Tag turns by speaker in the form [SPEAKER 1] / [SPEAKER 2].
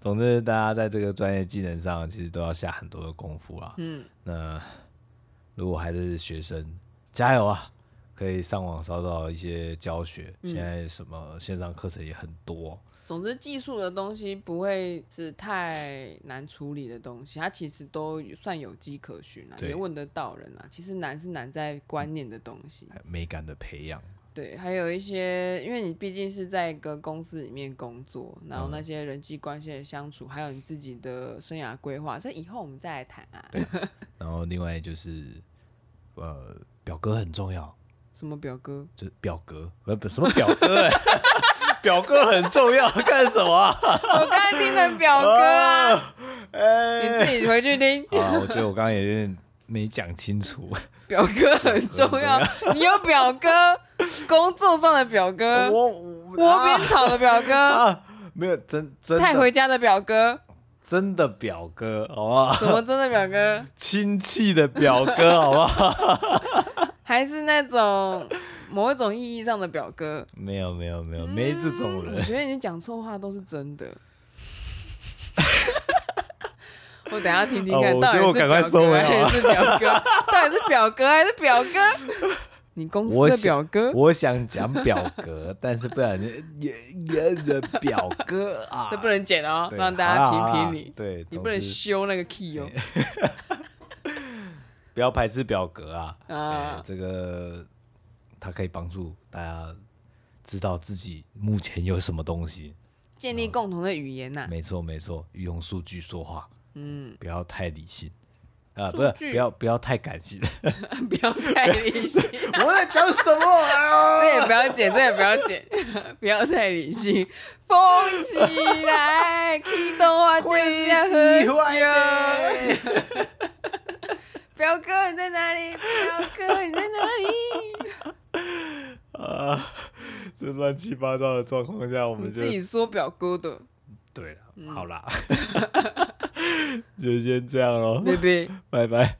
[SPEAKER 1] 总之，大家在这个专业技能上，其实都要下很多的功夫啦。
[SPEAKER 2] 嗯，
[SPEAKER 1] 那如果还是学生，加油啊！可以上网找找一些教学，
[SPEAKER 2] 嗯
[SPEAKER 1] 现在什么线上课程也很多。
[SPEAKER 2] 总之技术的东西不会是太难处理的东西，它其实都算有迹可循啦，
[SPEAKER 1] 对
[SPEAKER 2] 也问得到人啦。其实难是难在观念的东西，
[SPEAKER 1] 还有美感的培养，
[SPEAKER 2] 对，还有一些，因为你毕竟是在一个公司里面工作，然后那些人际关系的相处，还有你自己的生涯规划，这以后我们再来谈啊。
[SPEAKER 1] 然后另外就是，呃，表格很重要，
[SPEAKER 2] 什么表哥？
[SPEAKER 1] 就是表格，不不什么表 格、欸，表格很重要，干什么、啊？
[SPEAKER 2] 我刚才听的表哥啊，
[SPEAKER 1] 哎、
[SPEAKER 2] 你自己回去听。
[SPEAKER 1] 好啦我觉得我刚刚也有点没讲清 楚，
[SPEAKER 2] 表哥很 重要，
[SPEAKER 1] 啊
[SPEAKER 2] 你有表哥，工作上的表哥，
[SPEAKER 1] 我 我
[SPEAKER 2] 窝边草的表 哥，
[SPEAKER 1] 啊，没有真真
[SPEAKER 2] 带
[SPEAKER 1] 的
[SPEAKER 2] 回家的表哥，
[SPEAKER 1] 真的表哥，好不好？
[SPEAKER 2] 什么真的表哥，
[SPEAKER 1] 亲戚的表哥， 好不好？
[SPEAKER 2] 还是那种某一种意义上的表哥。嗯
[SPEAKER 1] 没有没有没有，没哎这种
[SPEAKER 2] 我
[SPEAKER 1] 人。
[SPEAKER 2] 觉得你讲错话都是 真的。我等一下听听看，
[SPEAKER 1] 哦我
[SPEAKER 2] 到
[SPEAKER 1] 觉得我
[SPEAKER 2] 底是
[SPEAKER 1] 赶快
[SPEAKER 2] 表
[SPEAKER 1] 收
[SPEAKER 2] 哥
[SPEAKER 1] 尾好
[SPEAKER 2] 还
[SPEAKER 1] 了
[SPEAKER 2] 是表哥？ 到底是表哥还是表哥？你公司
[SPEAKER 1] 我
[SPEAKER 2] 的
[SPEAKER 1] 想
[SPEAKER 2] 表哥
[SPEAKER 1] 我想讲表格，但是不然就也也的表哥啊
[SPEAKER 2] 这，不能剪哦，
[SPEAKER 1] 对
[SPEAKER 2] 让大家
[SPEAKER 1] 好啦好啦啊
[SPEAKER 2] 评评你。
[SPEAKER 1] 对，
[SPEAKER 2] 你
[SPEAKER 1] 总
[SPEAKER 2] 不能
[SPEAKER 1] 之
[SPEAKER 2] 修那个 key 哦。
[SPEAKER 1] 不要排斥表格啊。哎
[SPEAKER 2] 啊，
[SPEAKER 1] 这个它可以帮助大家知道自己目前有什么东西。
[SPEAKER 2] 建立共同的语言呐。
[SPEAKER 1] 没错没错，用数据说话，
[SPEAKER 2] 嗯，
[SPEAKER 1] 不要太理性。啊、
[SPEAKER 2] 数
[SPEAKER 1] 不是，
[SPEAKER 2] 据
[SPEAKER 1] 不要不要太感性。
[SPEAKER 2] 不要太理性，
[SPEAKER 1] 我在讲什么啊？
[SPEAKER 2] 这也不要剪，这也不要剪， 不要太理性，疯起来，启动花就是要喝 酒。
[SPEAKER 1] 的。
[SPEAKER 2] 表哥你在哪里？表哥你在哪里？
[SPEAKER 1] 啊， 这乱七八糟的状况 下，我
[SPEAKER 2] 你
[SPEAKER 1] 们就
[SPEAKER 2] 自己嗯说表哥的
[SPEAKER 1] 对了，好啦，就先这样喽，
[SPEAKER 2] ，baby。
[SPEAKER 1] 拜拜。